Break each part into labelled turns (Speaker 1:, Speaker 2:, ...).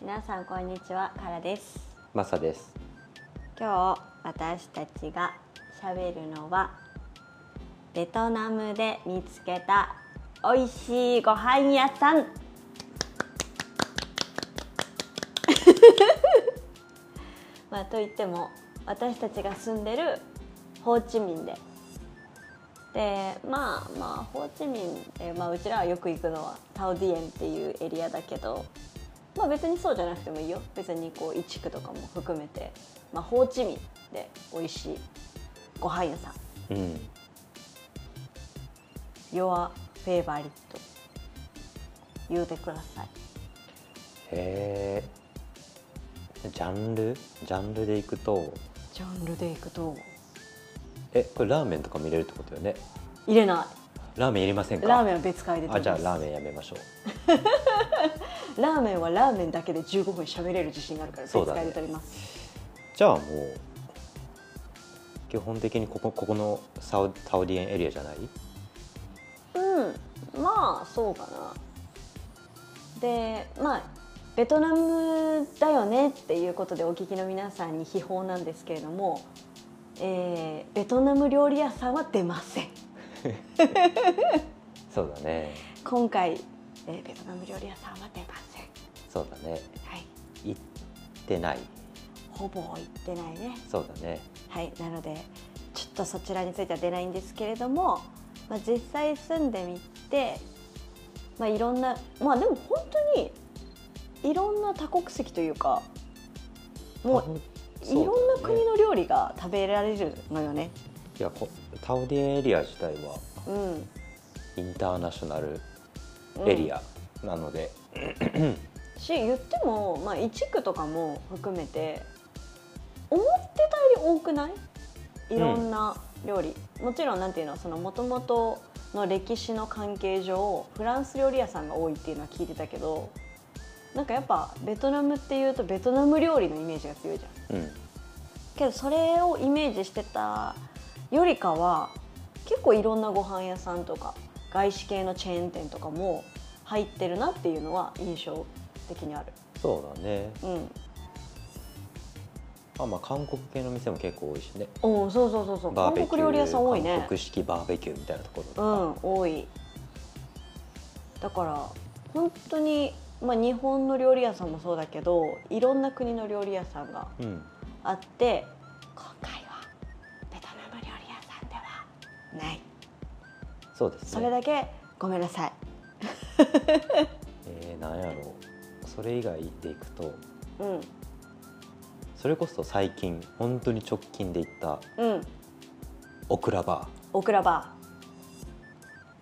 Speaker 1: 皆さんこんにちはからです
Speaker 2: マサです。
Speaker 1: 今日私たちがしゃべるのはベトナムで見つけた美味しいご飯屋さん まあといっても私たちが住んでるホーチミンででまあまあホーチミンで、まあ、うちらはよく行くのはタオディエンっていうエリアだけどまあ別にそうじゃなくてもいいよ別にこう一区とかも含めて、まあ、ホーチミンで美味しいご飯屋さん
Speaker 2: うん。
Speaker 1: Your favorite 言うてください
Speaker 2: へえ。ジャンル？ジャンルでいくと、
Speaker 1: ジャンルでいくと
Speaker 2: え、これラーメンとか見れるってことよね。
Speaker 1: 入れな
Speaker 2: ラーメンいりません
Speaker 1: い
Speaker 2: か？
Speaker 1: ラーメンは別回で
Speaker 2: あ、じゃあラー
Speaker 1: ン
Speaker 2: メンやめましょう。
Speaker 1: ラーメンはラーメンだけで15分喋れる自信があるから別
Speaker 2: そうだね
Speaker 1: 回で取ります、
Speaker 2: じゃあもう基本的にここここのサウタオディエンエリアじゃない？
Speaker 1: うんまあそうかなでまあベトナムだよねっていうことでお聞きの皆さんに秘宝なんですけれども、えーベトナム料理屋さんは出ません
Speaker 2: そうだね。
Speaker 1: 今回、えーベトナム料理屋さんは出ません
Speaker 2: そうだね。
Speaker 1: はい
Speaker 2: 行ってない。
Speaker 1: ほぼ行ってないね
Speaker 2: そうだね。
Speaker 1: はいなのでちょっとそちらについては出ないんですけれども、まあ、実際住んでみて、まあ、いろんなまあでも本当にいろんな多国籍というかもう
Speaker 2: あ
Speaker 1: いろんな
Speaker 2: そうだね
Speaker 1: 国の料理が食べられるのよね。
Speaker 2: いやこタオディエンエリア自体は
Speaker 1: うん、
Speaker 2: インターナショナルエリアなので、
Speaker 1: し言っても、まあ、一区とかも含めて思ってたより多くないいろんな料理、もちろんなんていうのそのもともとの歴史の関係上フランス料理屋さんが多いっていうのは聞いてたけどなんかやっぱベトナムっていうとベトナム料理のイメージが強いじゃん
Speaker 2: うん、
Speaker 1: けどそれをイメージしてたよりかは結構いろんなご飯屋さんとか外資系のチェーン店とかも入ってるなっていうのは印象的にある
Speaker 2: そうだね
Speaker 1: うん
Speaker 2: あまあ韓国系の店も結構多いしね
Speaker 1: おーそうそうそうそう
Speaker 2: バー
Speaker 1: 韓
Speaker 2: ベキュー
Speaker 1: 国料理屋さん多いね
Speaker 2: 韓国式バーベキューみたいなところと
Speaker 1: う
Speaker 2: か、
Speaker 1: ん多いだから本当にまあ日本の料理屋さんもそうだけどいろんな国の料理屋さんが
Speaker 2: うん、
Speaker 1: あって今回はベトナム料理屋さんではない
Speaker 2: そうですね
Speaker 1: それだけごめんなさい
Speaker 2: えー、なんやろうそれ以外でいくと
Speaker 1: うん
Speaker 2: それこそ最近本当に直近で行った
Speaker 1: うん
Speaker 2: オクラバ
Speaker 1: オクラバ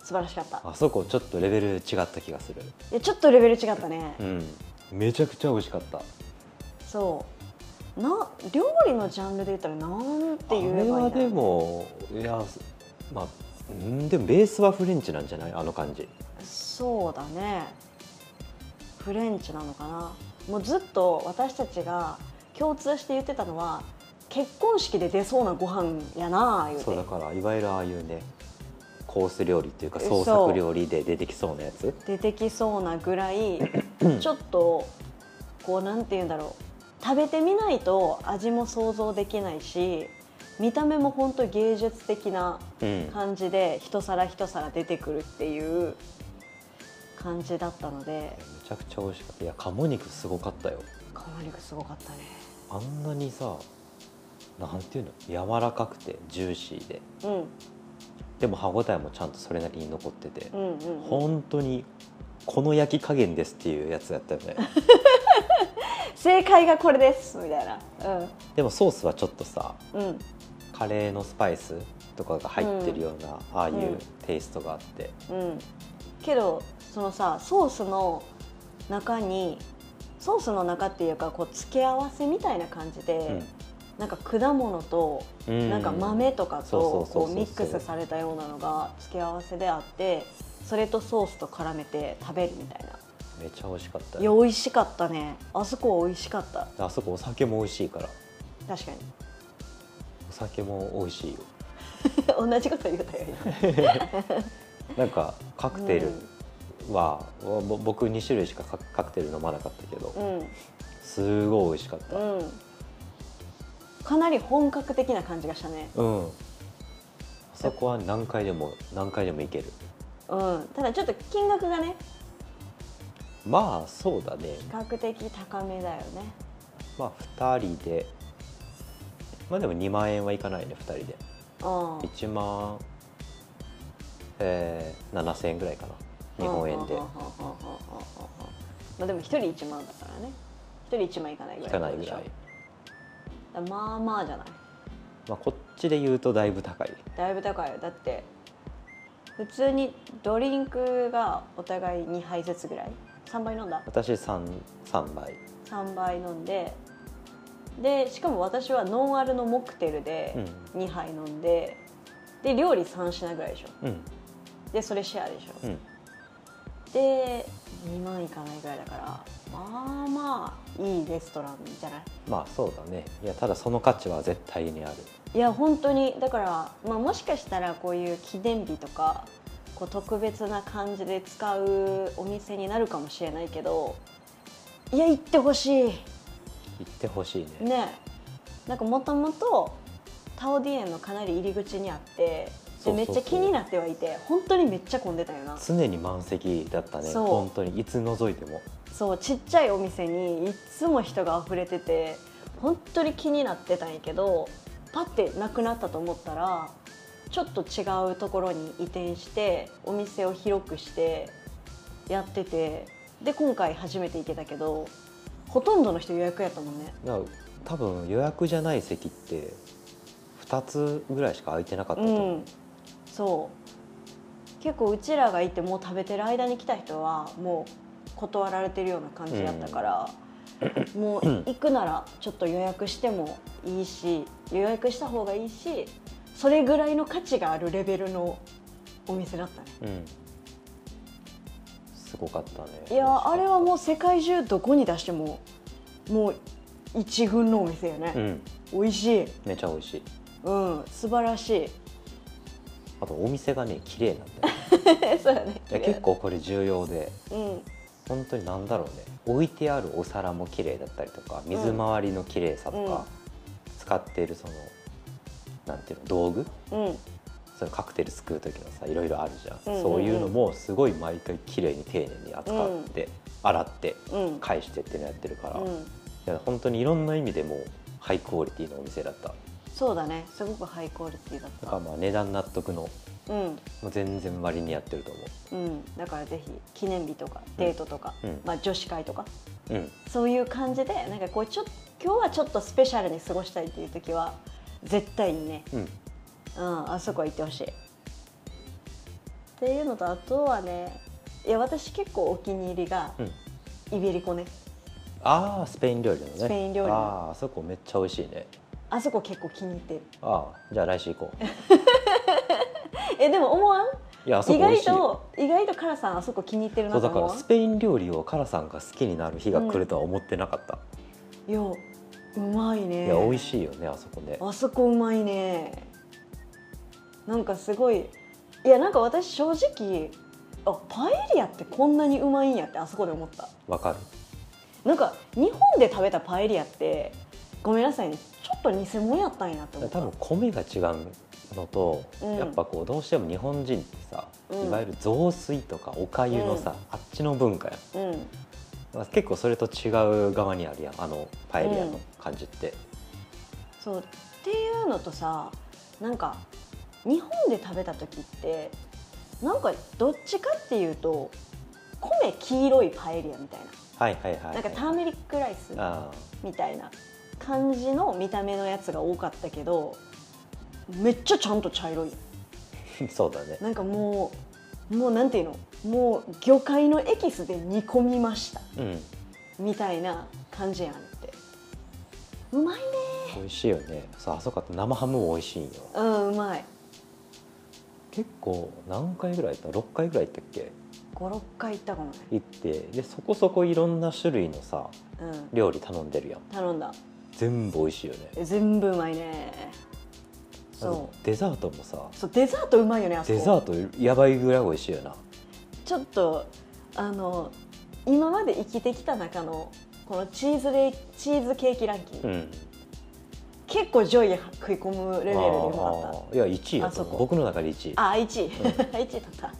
Speaker 1: ー素晴らしかった
Speaker 2: ーあそこちょっとレベル違った気がする
Speaker 1: いやちょっとレベル違ったね、
Speaker 2: うんめちゃくちゃ美味しかったっ
Speaker 1: そうな料理のジャンルで言ったらなんて言えばいい
Speaker 2: あれ
Speaker 1: んだろ
Speaker 2: は
Speaker 1: う
Speaker 2: でもいやすまあうんでもベースはフレンチなんじゃないあの感じ
Speaker 1: そうだねフレンチなのかなもうずっと私たちが共通して言ってたのは結婚式で出そうなご飯やなあ言うて
Speaker 2: そうだからいわゆるああいうねコース料理っていうか
Speaker 1: そう
Speaker 2: 創作料理で出てきそうなやつ
Speaker 1: 出てきそうなぐら いちょっとこうなんて言うんだろう食べてみないと味も想像できないし見た目も本当芸術的な
Speaker 2: うん
Speaker 1: 感じで一皿一皿出てくるっていう感じだったので
Speaker 2: めちゃくちゃ美味しかったいや鴨肉すごかったよ
Speaker 1: かなりすごかったね
Speaker 2: あんなにさなんていうの柔らかくてジューシーででも歯ごたえもちゃんとそれなりに残ってて、
Speaker 1: うんうんうんうん
Speaker 2: 本当にこの焼き加減ですっていうやつやったよね
Speaker 1: 正解がこれですみたいな
Speaker 2: でもソースはちょっとさ
Speaker 1: うんうん
Speaker 2: カレーのスパイスとかが入ってるような、ああいうんうテイストがあって、
Speaker 1: うんけどそのさソースの中にソースの中っていうかこう付け合わせみたいな感じで、なんか果物と
Speaker 2: うん
Speaker 1: なんか豆とか
Speaker 2: そう
Speaker 1: と
Speaker 2: そうそうそう
Speaker 1: こうミックスされたようなのが付け合わせであってそれとソースと絡めて食べるみたいな
Speaker 2: めっちゃ美味しかった
Speaker 1: いや美味しかったねあそこ美味しかった
Speaker 2: あそこお酒も美味しいから
Speaker 1: 確かに
Speaker 2: お酒も美味しいよ
Speaker 1: 同じこと言うたよ今
Speaker 2: なんかカクテルはぼ僕2種類しかカカクテル飲まなかったけど
Speaker 1: うん
Speaker 2: すごい美味しかった
Speaker 1: うんかなり本格的な感じがしたね
Speaker 2: うんあそこは何回でも何回でもいける
Speaker 1: うんただちょっと金額がね
Speaker 2: まあそうだね
Speaker 1: 比較的高めだよね
Speaker 2: まあ2人でまあでも2万円はいかないね2人で
Speaker 1: うん
Speaker 2: 1万、えー、7000円ぐらいかな日本円で
Speaker 1: うんうんうんうんうんうんうんまあでも一人1万だからね一人1万いかないぐら
Speaker 2: い
Speaker 1: い
Speaker 2: かないぐらい、
Speaker 1: まあまあじゃない
Speaker 2: まあ、こっちで言うとだいぶ高い
Speaker 1: だいぶ高いよだって普通にドリンクがお互い2杯ずつぐらい3杯飲んだ
Speaker 2: 私 3, 3倍、
Speaker 1: 3杯飲んででしかも私はノンアルのモクテルで
Speaker 2: う
Speaker 1: 2杯飲んでで料理3品ぐらいでしょ
Speaker 2: うん
Speaker 1: でそれシェアでしょ
Speaker 2: うん、
Speaker 1: で2万いかないぐらいだからまあまあいいレストランじゃない
Speaker 2: まあそうだねいやただその価値は絶対にある
Speaker 1: いや本当にだから、まあ、もしかしたらこういう記念日とかこう特別な感じで使うお店になるかもしれないけどいや行ってほしい
Speaker 2: 行ってほしいね
Speaker 1: ねなんかもともとタオディエンのかなり入り口にあって
Speaker 2: そ
Speaker 1: でめ
Speaker 2: うそう
Speaker 1: っ
Speaker 2: そう
Speaker 1: ちゃ気になってはいて本当にめっちゃ混んでたよな
Speaker 2: 常に満席だったね
Speaker 1: そう
Speaker 2: 本当にいつ覗いても
Speaker 1: そうちっちゃいお店にいつも人が溢れてて本当に気になってたんやけどパッてなくなったと思ったらちょっと違うところに移転してお店を広くしてやっててで今回初めて行けたけどほとんどの人予約やったもんね
Speaker 2: だから多分予約じゃない席って2つぐらいしか空いてなかったと思う、
Speaker 1: うんそう結構うちらがいてもう食べてる間に来た人はもう断られてるような感じやったから、もう行くならちょっと予約してもいいし予約した方がいいしそれぐらいの価値があるレベルのお店だったね
Speaker 2: うんすごかったね
Speaker 1: いやあれはも
Speaker 2: う
Speaker 1: う世界中どこに出してももう一軍のお店よ
Speaker 2: う
Speaker 1: ね、
Speaker 2: ん
Speaker 1: 美味しい
Speaker 2: めちゃ美味しい
Speaker 1: うん素晴らしい
Speaker 2: あとお店がね綺麗なんだよ
Speaker 1: そうだね
Speaker 2: いや結構これ重要で
Speaker 1: うん
Speaker 2: 本当に何だろうね置いてあるお皿も綺麗だったりとか水回りの綺麗さとか、使っているそのなんていうの道具
Speaker 1: うん
Speaker 2: そのカクテルすくう時のさいろいろあるじゃん、
Speaker 1: うんうんうん
Speaker 2: そういうのもすごい毎回綺麗に丁寧に扱って、洗って
Speaker 1: うん
Speaker 2: 返してっていうのやってるから、
Speaker 1: う
Speaker 2: い
Speaker 1: ん
Speaker 2: や本当にいろんな意味でもうハイクオリティのお店だった
Speaker 1: そうだねすごくハイクオリティだっ
Speaker 2: だからまあ値段納得の
Speaker 1: たうん
Speaker 2: もう全然割にやってると思
Speaker 1: うんだからぜひ記念日とかデートとか、
Speaker 2: うん
Speaker 1: まあ、女子会とか
Speaker 2: ううん
Speaker 1: そういう感じでなんかこうちょっと今日はちょっとスペシャルに過ごしたいっていう時は絶対にね、
Speaker 2: うん
Speaker 1: うん、あそこは行ってほしいっていうのとあとはねいや私結構お気に入りが
Speaker 2: うん
Speaker 1: イベリコね
Speaker 2: ああスペイン料理のね
Speaker 1: スペイン料理の
Speaker 2: あああそこめっちゃ美味しいね
Speaker 1: あそこ結構気に入ってる
Speaker 2: ああじゃあ来週行こう
Speaker 1: えでも思わん
Speaker 2: いやあそ
Speaker 1: 意
Speaker 2: こ美
Speaker 1: 外
Speaker 2: 味しいよ
Speaker 1: と意外とカラさんあそこ気に入ってる
Speaker 2: そ
Speaker 1: な
Speaker 2: う
Speaker 1: と
Speaker 2: だか
Speaker 1: 思
Speaker 2: ら
Speaker 1: わん
Speaker 2: スペイン料理をカラさんが好きになる日が来るとは思ってなかった、
Speaker 1: いやうまいね
Speaker 2: いや美味しいよねあそこね
Speaker 1: あそこうまいねなんかすごいいやなんか私正直あパエリアってこんなにうまいんやってあそこで思った
Speaker 2: わかる
Speaker 1: なんか日本で食べたパエリアってごめんなさいねちょっと偽物やったんやって思った
Speaker 2: 多分米が違うのと、
Speaker 1: うん
Speaker 2: やっぱこうどうしても日本人ってさ、
Speaker 1: うん
Speaker 2: いわゆる雑炊とかおかゆのさ、あっちの文化やん
Speaker 1: うん
Speaker 2: まあ結構それと違う側にあるやんあのパエリアの感じって、
Speaker 1: そうっていうのとさなんか日本で食べた時ってなんかどっちかっていうと米黄色いパエリアみたい
Speaker 2: はいはいはい
Speaker 1: な
Speaker 2: はい
Speaker 1: なんかターメリックライス
Speaker 2: あ
Speaker 1: みたいな感じの見た目のやつが多かったけどめっちゃちゃんと茶色い
Speaker 2: ーそうだね
Speaker 1: なんかもうもうなんていうのもう魚介のエキスで煮込みました
Speaker 2: うん
Speaker 1: みたいな感じやんってうまいね
Speaker 2: 美味しいよねそうあそこって生ハムも美味しいんよ
Speaker 1: うんうまい
Speaker 2: 結構何回ぐらい行った6回ぐらい行ったっけ
Speaker 1: 56回行ったかもね
Speaker 2: 行ってでそこそこいろんな種類のさ
Speaker 1: うん
Speaker 2: 料理頼んでるやん
Speaker 1: 頼んだ
Speaker 2: 全部美味しいよね
Speaker 1: え全部うまいねそ
Speaker 2: デザートもさ
Speaker 1: うそうデザートうまいよねあそこ
Speaker 2: デザートやばいぐらい美味しいよな
Speaker 1: ちょっとあの今まで生きてきた中のこのチーズレチーズケーキランキング、
Speaker 2: うん
Speaker 1: 結構上位食い込むレベルでもあっ
Speaker 2: あーいや1位や
Speaker 1: あ
Speaker 2: と
Speaker 1: そ
Speaker 2: 思
Speaker 1: こ
Speaker 2: う僕の中で1位
Speaker 1: たあ1位、1位だ った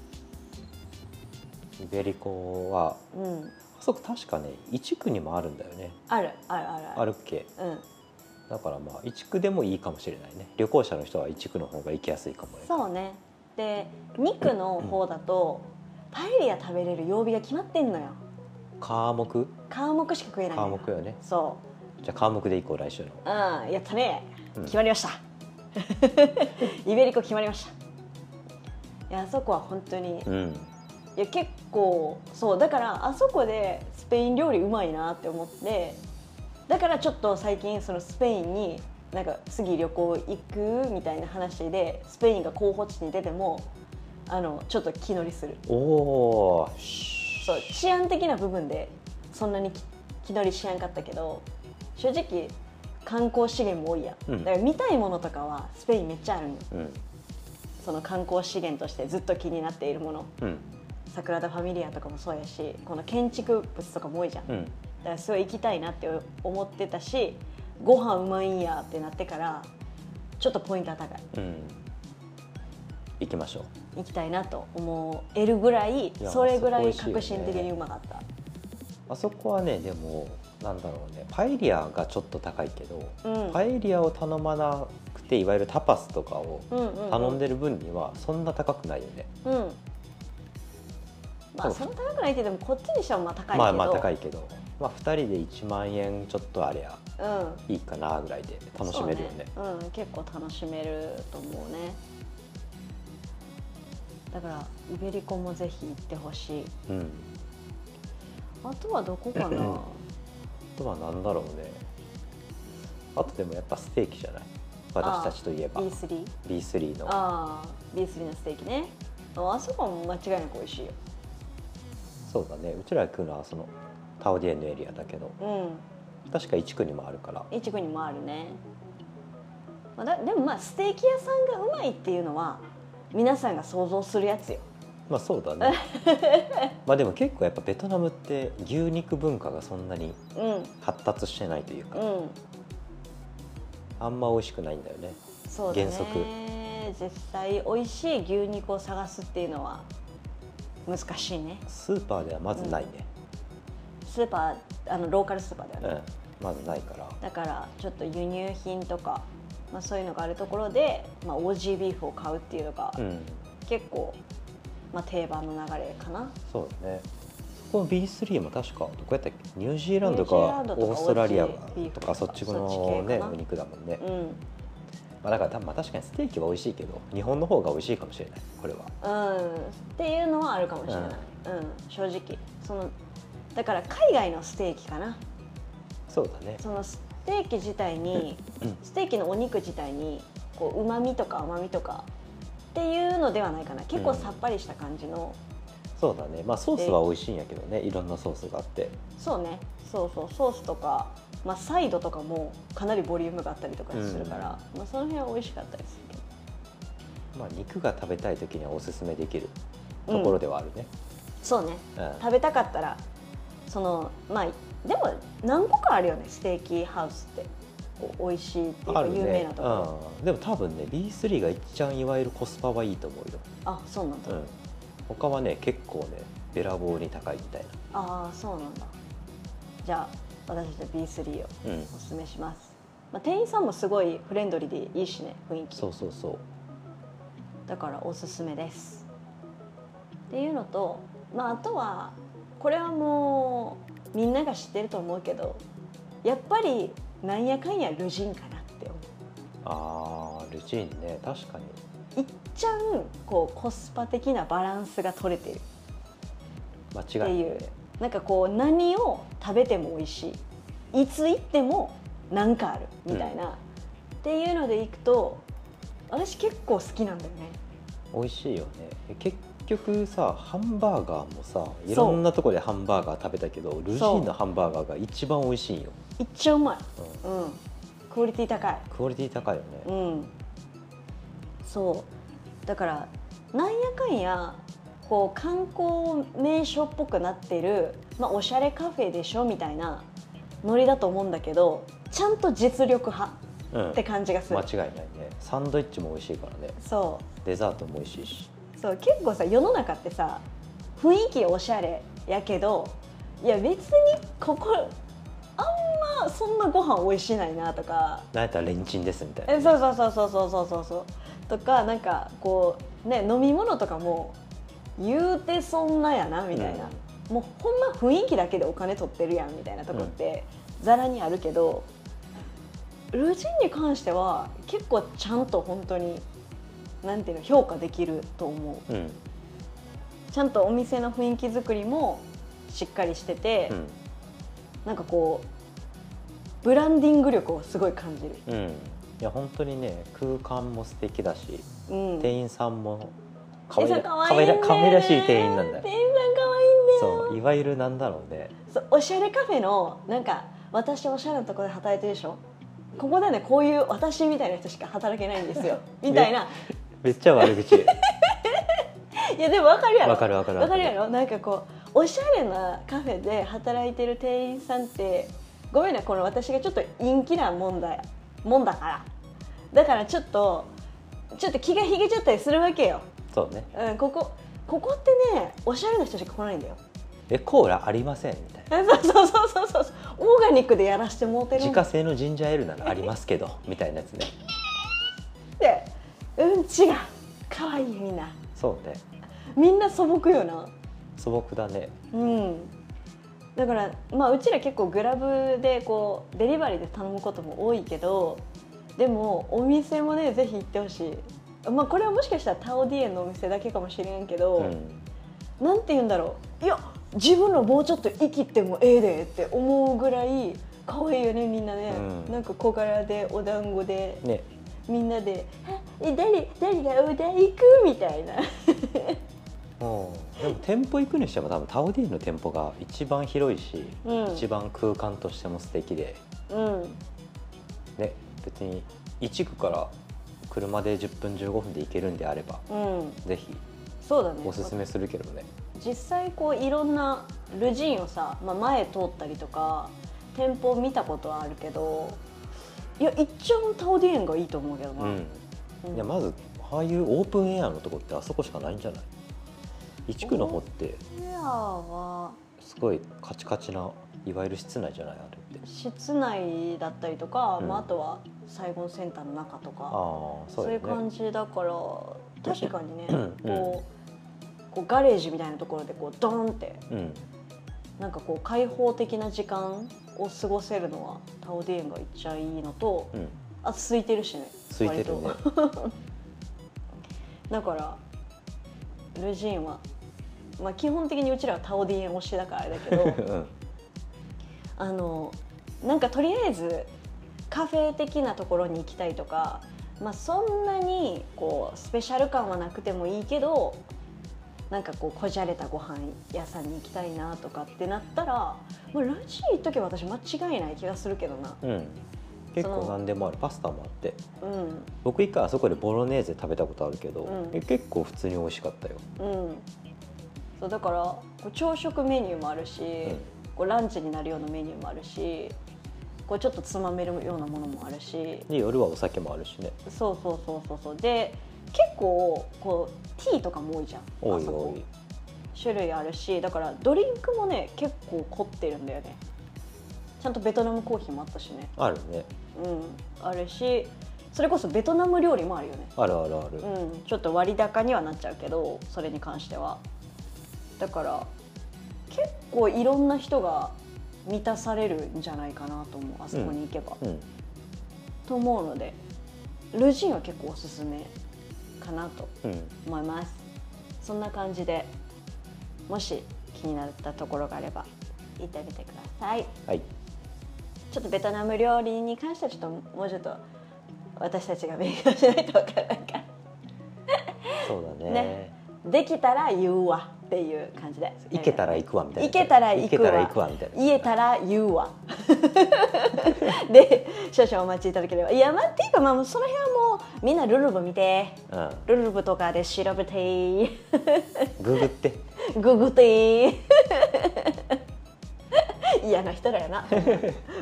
Speaker 2: イベリコは
Speaker 1: うん
Speaker 2: あそこ確かね1区にもあるんだよね
Speaker 1: あるあるある
Speaker 2: あるっけ
Speaker 1: うん
Speaker 2: だからまあ1区でもいいかもしれないね旅行者の人は1区の方が行きやすいかもね
Speaker 1: そうねで肉の方だとパエリア食べれる曜日が決まってんのよ
Speaker 2: 科目
Speaker 1: 科目しか食えないの
Speaker 2: 科
Speaker 1: よ
Speaker 2: 目よね
Speaker 1: そ
Speaker 2: じゃあ科目で行こう来週の
Speaker 1: ううんやったね、
Speaker 2: うん
Speaker 1: 決まり ましたイベリコ決まりましたいやあそこは本当に、い
Speaker 2: うん
Speaker 1: や結構そうだからあそこでスペイン料理うまいなって思ってだからちょっと最近そのスペインになんか次旅行行くみたいな話でスペインが候補地に出てもあのちょっと気乗りする
Speaker 2: おおー
Speaker 1: そう治安的な部分でそんなにき気取りしやんかったけど正直観光資源も多いや、
Speaker 2: うん
Speaker 1: ん、だから見たいものとかはスペインめっちゃあるんよ
Speaker 2: うん
Speaker 1: その観光資源としてずっと気になっているもの
Speaker 2: うん
Speaker 1: サグラダ・ファミリアとかもそうやしこの建築物とかも多いじゃん、
Speaker 2: う
Speaker 1: だ
Speaker 2: ん
Speaker 1: からすごい行きたいなって思ってたしご飯うまいんやってなってからちょっとポイントは高い
Speaker 2: うん行きましょう
Speaker 1: 行きたいなと思えるぐらい
Speaker 2: や
Speaker 1: それぐらい
Speaker 2: そこ美
Speaker 1: 革
Speaker 2: 味しいよ
Speaker 1: 新
Speaker 2: ね
Speaker 1: 的にうまかった、
Speaker 2: あそこはねでもなんだろうねパエリアがちょっと高いけど、
Speaker 1: うん
Speaker 2: パエリアを頼まなくていわゆるタパスとかを
Speaker 1: うんうんうん
Speaker 2: 頼んでる分にはそんな高くないよね、
Speaker 1: うんま
Speaker 2: そ
Speaker 1: あ
Speaker 2: う
Speaker 1: そんな高くないって言ってもこっちにしてはまあ高いけど
Speaker 2: まあまあ高いけど、まあ、2人で1万円ちょっとあれや
Speaker 1: うん
Speaker 2: いいかなぐらいで楽しめるよね
Speaker 1: そううん結構楽しめると思うねだからイベリコもぜひ行ってほしい
Speaker 2: うん
Speaker 1: あとはどこかな
Speaker 2: あとは何だろうねあとでもやっぱステーキじゃない私たちといえば
Speaker 1: B3
Speaker 2: B3 の
Speaker 1: ああ B3 のステーキねああそこも間違いなく美味しいよ
Speaker 2: そうだねうちらが食うのはそのタオディエンのエリアだけど
Speaker 1: うん
Speaker 2: 確か1区にもあるから
Speaker 1: いちごにもあるね、まあ、だでもまあステーキ屋さんがうまいっていうのは皆さんが想像するやつよ
Speaker 2: まあそうだ ねまあでも結構やっぱベトナムって牛肉文化がそんなに
Speaker 1: うん
Speaker 2: 発達してないというか
Speaker 1: うん
Speaker 2: あんま美味しくないんだよね
Speaker 1: そうだね
Speaker 2: 原則
Speaker 1: 絶対美味しい牛肉を探すっていうのは難しいね
Speaker 2: スーパーではまずないね、
Speaker 1: スーパーあのローカルスーパーだ
Speaker 2: う
Speaker 1: よ
Speaker 2: ん
Speaker 1: ね、
Speaker 2: まずないから
Speaker 1: だからちょっと輸入品とか、まあ、そういうのがあるところで、まあ、オージービーフを買うっていうのが
Speaker 2: うん
Speaker 1: 結構、まあ、定番の流れかな
Speaker 2: そうだねそこの B3 も確かどこやったっけニュージーランドか
Speaker 1: ニュージーランドとか
Speaker 2: オーストラリア
Speaker 1: オージービーフ
Speaker 2: と
Speaker 1: と
Speaker 2: か
Speaker 1: か
Speaker 2: そっちの、
Speaker 1: そっち系
Speaker 2: ね、
Speaker 1: かな
Speaker 2: お肉だもんね、
Speaker 1: う
Speaker 2: ま
Speaker 1: ん、うん、
Speaker 2: あ、だから多分まあ確かにステーキは美味しいけど日本の方が美味しいかもしれないこれは
Speaker 1: っていうのはあるかもしれない、うん正直そのだから海外のステーキかな
Speaker 2: そうだね
Speaker 1: そのステーキ自体に
Speaker 2: うん
Speaker 1: ステーキのお肉自体にこううまみとか甘みとかっていうのではないかな結構さっぱりした感じの、
Speaker 2: そうだねまあソースは美味しいんやけどねいろんなソースがあって
Speaker 1: そうねそうそうソースとか、まあ、サイドとかもかなりボリュームがあったりとかするから、まあ、その辺は美味しかったですけど
Speaker 2: まあ、肉が食べたい時にはおすすめできるところではあるね、
Speaker 1: そうね
Speaker 2: うん
Speaker 1: 食べたかったらそのまあでも何個かあるよねステーキハウスってお美味しいっていう
Speaker 2: あ
Speaker 1: か
Speaker 2: るね
Speaker 1: 有名なところあ,、
Speaker 2: うん、でも多分ね B3 が一番いわゆるコスパはいいと思うよ、
Speaker 1: そうなんだ、
Speaker 2: うん、他はね結構ねべらぼうに高いみたい
Speaker 1: ああそうなんだじゃあ私たち B3 を
Speaker 2: な、うん、
Speaker 1: おすすめします、まあ、店員さんもすごいフレンドリーでいいしね雰囲気
Speaker 2: そうそうそう
Speaker 1: だからおすすめですっていうのと、まあ、あとはこれはもうみんなが知ってると思うけどやっぱりなんやかんやルジンかなって思う
Speaker 2: あールチーンね確かに
Speaker 1: いっちゃんこうコスパ的なバランスが取れてるっ
Speaker 2: 間
Speaker 1: て
Speaker 2: 違い
Speaker 1: い
Speaker 2: ないう
Speaker 1: なんかこう何を食べても美味しいいつ行っても何かあるみたいな、っていうのでいくと私結構好きなんだよね
Speaker 2: 美味しいよねえ結局さハンバーガーもさいろんなとこでハンバーガー食べたけどルチーンのハンバーガーが一番美味しいよ、
Speaker 1: いっちゃうま
Speaker 2: うん、
Speaker 1: い、うん、クオリティ高い
Speaker 2: クオリティ高いよね、
Speaker 1: うんそうだからなんやかんやこう観光名所っぽくなってる、まあ、おしゃれカフェでしょみたいなノリだと思うんだけどちゃんと実力派
Speaker 2: うん
Speaker 1: って感じがする、
Speaker 2: 間違いないねサンドイッチも美味しいからね
Speaker 1: そ
Speaker 2: デザートも美味しいし
Speaker 1: うそう結構さ世の中ってさ雰囲気おしゃれやけどいや別にここあんまそんなご飯美味しないなとか
Speaker 2: なんやったらレンチンですみたいなね、
Speaker 1: えそうそうそうそうそうそうそうそうとかなんかこうね飲み物とかも言うてそんなやなみたいな、もうほんま雰囲気だけでお金取ってるやんみたいなとこってざら、にあるけどルジンに関しては結構ちゃんと本当になんていうの評価できると思う
Speaker 2: うん
Speaker 1: ちゃんとお店の雰囲気作りもしっかりしてて、
Speaker 2: うん
Speaker 1: なんかこうブランディング力をすごい感じる、
Speaker 2: うんいや本当にね空間も素敵だし
Speaker 1: うん、
Speaker 2: 店員さんも
Speaker 1: かわいい
Speaker 2: らかわいらかわいらしい店員なんだ
Speaker 1: 店員
Speaker 2: よ
Speaker 1: さん可愛いんだよ
Speaker 2: そういわゆるなんだろうね
Speaker 1: そうおしゃれカフェのなんか私おしゃれなところで働いてるでしょここでねこういう私みたいな人しか働けないん ですよみたいな
Speaker 2: めっちゃ 悪口
Speaker 1: いやでも分かるやろ
Speaker 2: わかるわかる
Speaker 1: わかるやろなんかこうおしゃれなカフェで働いてる店員さんってごめんなこの私がちょっと陰気なもんだもんだからだからちょっとちょっと気が引けちゃったりするわけよ、
Speaker 2: そうね
Speaker 1: うん、ここここってねおしゃれな人しか来ないんだよ
Speaker 2: えコーラありませんみたいな
Speaker 1: えそうそうそうそうそうそうオーガニックでやらしてもうてるん
Speaker 2: 自
Speaker 1: だ
Speaker 2: 家製のジンジャーエールならありますけどみたいなやつね
Speaker 1: ってうん違う可愛いみんな
Speaker 2: そうね
Speaker 1: みんな素朴よな
Speaker 2: 素朴だね
Speaker 1: うんだからまあうちら結構グラブでこうデリバリーで頼むことも多いけどでもお店もねぜひ行ってほしいまあこれはもしかしたらタオディエンのお店だけかもしれんけど、
Speaker 2: うん
Speaker 1: なんて言うんだろういや自分らもうちょっと生きてもええでって思うぐらい可愛いよねみんなね、
Speaker 2: うん
Speaker 1: なんか小柄でお団子で
Speaker 2: ね
Speaker 1: みんなで「え誰誰がお題行く?」みたいな
Speaker 2: もうでも店舗行くにしても多分タオディの店舗が一番広いし、
Speaker 1: うん
Speaker 2: 一番空間としても素敵で
Speaker 1: うん
Speaker 2: ね別に1区から車で10分15分で行けるんであれば
Speaker 1: うん
Speaker 2: ぜひ
Speaker 1: そうだね
Speaker 2: おすすめするけどね
Speaker 1: 実際こういろんなルジンをさ、まあ、前通ったりとか店舗見たことはあるけどいや一応タオディエンがいいと思うけどな、
Speaker 2: うん
Speaker 1: うん
Speaker 2: いやまずああいうオープンエアのとこってあそこしかないんじゃない一区の方って
Speaker 1: エアは
Speaker 2: すごいカチカチないわゆる室内じゃないあれって
Speaker 1: 室内だったりとか、
Speaker 2: うん
Speaker 1: まあ、あとはサイゴンセンターの中とか
Speaker 2: ああ
Speaker 1: そ,、
Speaker 2: そううだ
Speaker 1: い
Speaker 2: よ
Speaker 1: う感
Speaker 2: ね
Speaker 1: じだから確かにね、
Speaker 2: うん
Speaker 1: こうこうガレージみたいなところでこうドーンって
Speaker 2: うん
Speaker 1: なんかこう開放的な時間を過ごせるのはタオディエンがいっちゃいいのと
Speaker 2: うん
Speaker 1: あ空いてるしね
Speaker 2: 空いてるね
Speaker 1: 割と だからルジーンは、まあ、基本的にうちらはタオディエン推しだからあれだけど
Speaker 2: うん
Speaker 1: あのなんかとりあえずカフェ的なところに行きたいとか、まあ、そんなにこうスペシャル感はなくてもいいけどなんかこうこじゃれたご飯屋さんに行きたいなとかってなったら、まあ、ラジー行っとけば私間違いない気がするけどな
Speaker 2: うん結
Speaker 1: そ
Speaker 2: 構
Speaker 1: の
Speaker 2: 何でもあるパスタもあって
Speaker 1: うん
Speaker 2: 僕一回あそこでボロネーゼ食べたことあるけど、
Speaker 1: うん
Speaker 2: え結構普通に美味しかったよ、
Speaker 1: うんそうだからこう朝食メニューもあるし、
Speaker 2: うん
Speaker 1: こうランチになるようなメニューもあるしこうちょっとつまめるようなものもあるし
Speaker 2: で夜はお酒もあるしね
Speaker 1: そうそうそうそうそうで結構こうティーとかも多いじゃん
Speaker 2: お
Speaker 1: あ
Speaker 2: い
Speaker 1: そこ
Speaker 2: おい
Speaker 1: 種類あるしだからドリンクもね結構凝ってるんだよねちゃんとベトナムコーヒーもあったしね
Speaker 2: あるね
Speaker 1: うんあるしそれこそベトナム料理もあるよね
Speaker 2: あるあるある、
Speaker 1: うん、ちょっと割高にはなっちゃうけどそれに関してはだから結構いろんな人が満たされるんじゃないかなと思うあそこに行けば、
Speaker 2: うん
Speaker 1: と思うのでルジンは結構おすすめかなと
Speaker 2: うん
Speaker 1: 思いますそんな感じでもし気になったところがあれば行ってみてください
Speaker 2: はい
Speaker 1: ちょっとベトナム料理に関してはちょっともうちょっと私たちが勉強しないとわからないから
Speaker 2: そうだね
Speaker 1: ねできたら言うわっていう感じで
Speaker 2: 行けたら行くわみたいな
Speaker 1: 行けたら行
Speaker 2: 行け
Speaker 1: くわ
Speaker 2: たら行くわみたいな
Speaker 1: 言えたら言うわで少々お待ちいただければいやまあっていうかまあその辺はもうみんなルルブ見て
Speaker 2: う
Speaker 1: ルルブとかで調べて
Speaker 2: んググって
Speaker 1: ググって嫌な人らや な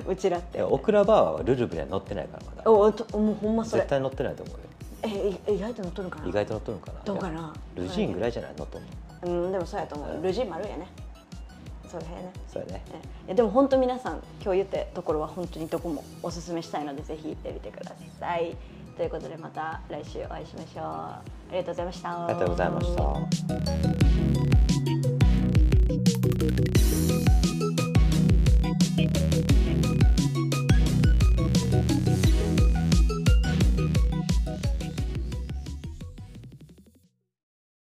Speaker 1: うちらっ
Speaker 2: い
Speaker 1: て
Speaker 2: やオクラバーはルルブには載ってないからまだ
Speaker 1: おおともうほんまそれ
Speaker 2: 絶対載ってないと思うよ
Speaker 1: えい意外と乗っとるかな
Speaker 2: 意外と載っとるのかな
Speaker 1: どうかな
Speaker 2: ルジーンぐらいじゃない載っとるの
Speaker 1: うんでもそうやと思うルジン丸やねそうやね
Speaker 2: そうやね
Speaker 1: ねいやでも本当皆さん今日言ったところは本当にどこもおすすめしたいのでぜひ行ってみてくださいということでまた来週お会いしましょうありがとうございました
Speaker 2: ありがとうございました